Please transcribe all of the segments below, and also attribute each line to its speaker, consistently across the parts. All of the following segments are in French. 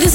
Speaker 1: this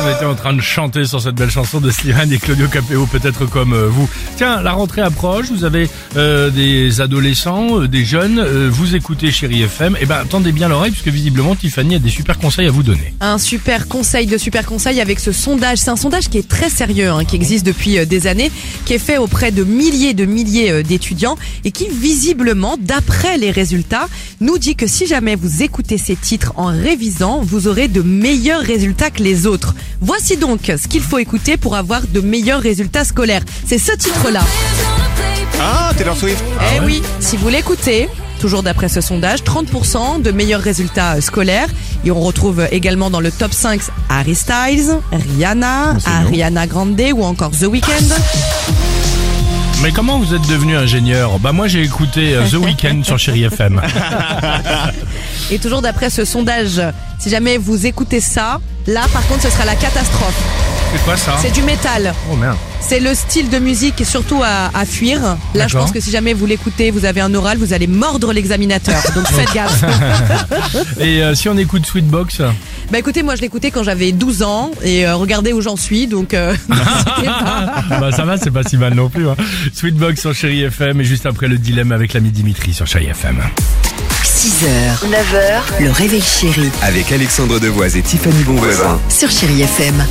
Speaker 2: On était en train de chanter sur cette belle chanson de Slimane et Claudio Capéo, peut-être comme euh, vous. Tiens, la rentrée approche, vous avez euh, des adolescents, euh, des jeunes, euh, vous écoutez Chéri FM, et ben tendez bien l'oreille puisque visiblement Tiffany a des super conseils à vous donner.
Speaker 3: Un super conseil de super conseil avec ce sondage. C'est un sondage qui est très sérieux, hein, qui existe depuis euh, des années, qui est fait auprès de milliers de milliers euh, d'étudiants et qui visiblement, d'après les résultats, nous dit que si jamais vous écoutez ces titres en révisant, vous aurez de meilleurs résultats que les autres. Voici donc ce qu'il faut écouter pour avoir de meilleurs résultats scolaires. C'est ce titre-là.
Speaker 4: Ah, Taylor Swift.
Speaker 3: Eh oui, si vous l'écoutez, toujours d'après ce sondage, 30% de meilleurs résultats euh, scolaires. Et on retrouve euh, également dans le top 5 Harry Styles, Rihanna, Ariana Grande ou encore The Weeknd.
Speaker 2: Mais comment vous êtes devenu ingénieur Bah moi j'ai écouté euh, The Weeknd sur Chéri FM.
Speaker 3: Et toujours d'après ce sondage, si jamais vous écoutez ça, là par contre ce sera la catastrophe.
Speaker 2: C'est quoi ça
Speaker 3: C'est du métal.
Speaker 2: Oh merde.
Speaker 3: C'est le style de musique surtout à, à fuir. Là je
Speaker 2: D'accord.
Speaker 3: pense que si jamais vous l'écoutez, vous avez un oral, vous allez mordre l'examinateur. Donc faites gaffe.
Speaker 2: Et euh, si on écoute Sweetbox
Speaker 3: Bah écoutez, moi je l'écoutais quand j'avais 12 ans et euh, regardez où j'en suis, donc euh, n'hésitez pas.
Speaker 2: Bah ça va, c'est pas si mal non plus. hein. Sweetbox sur Chéri FM et juste après le dilemme avec l'ami Dimitri sur Chéri FM.
Speaker 5: 6h, 9h, le réveil chéri
Speaker 6: Avec Alexandre Devoise et Tiffany Bonvoisin.
Speaker 5: sur Chérie FM.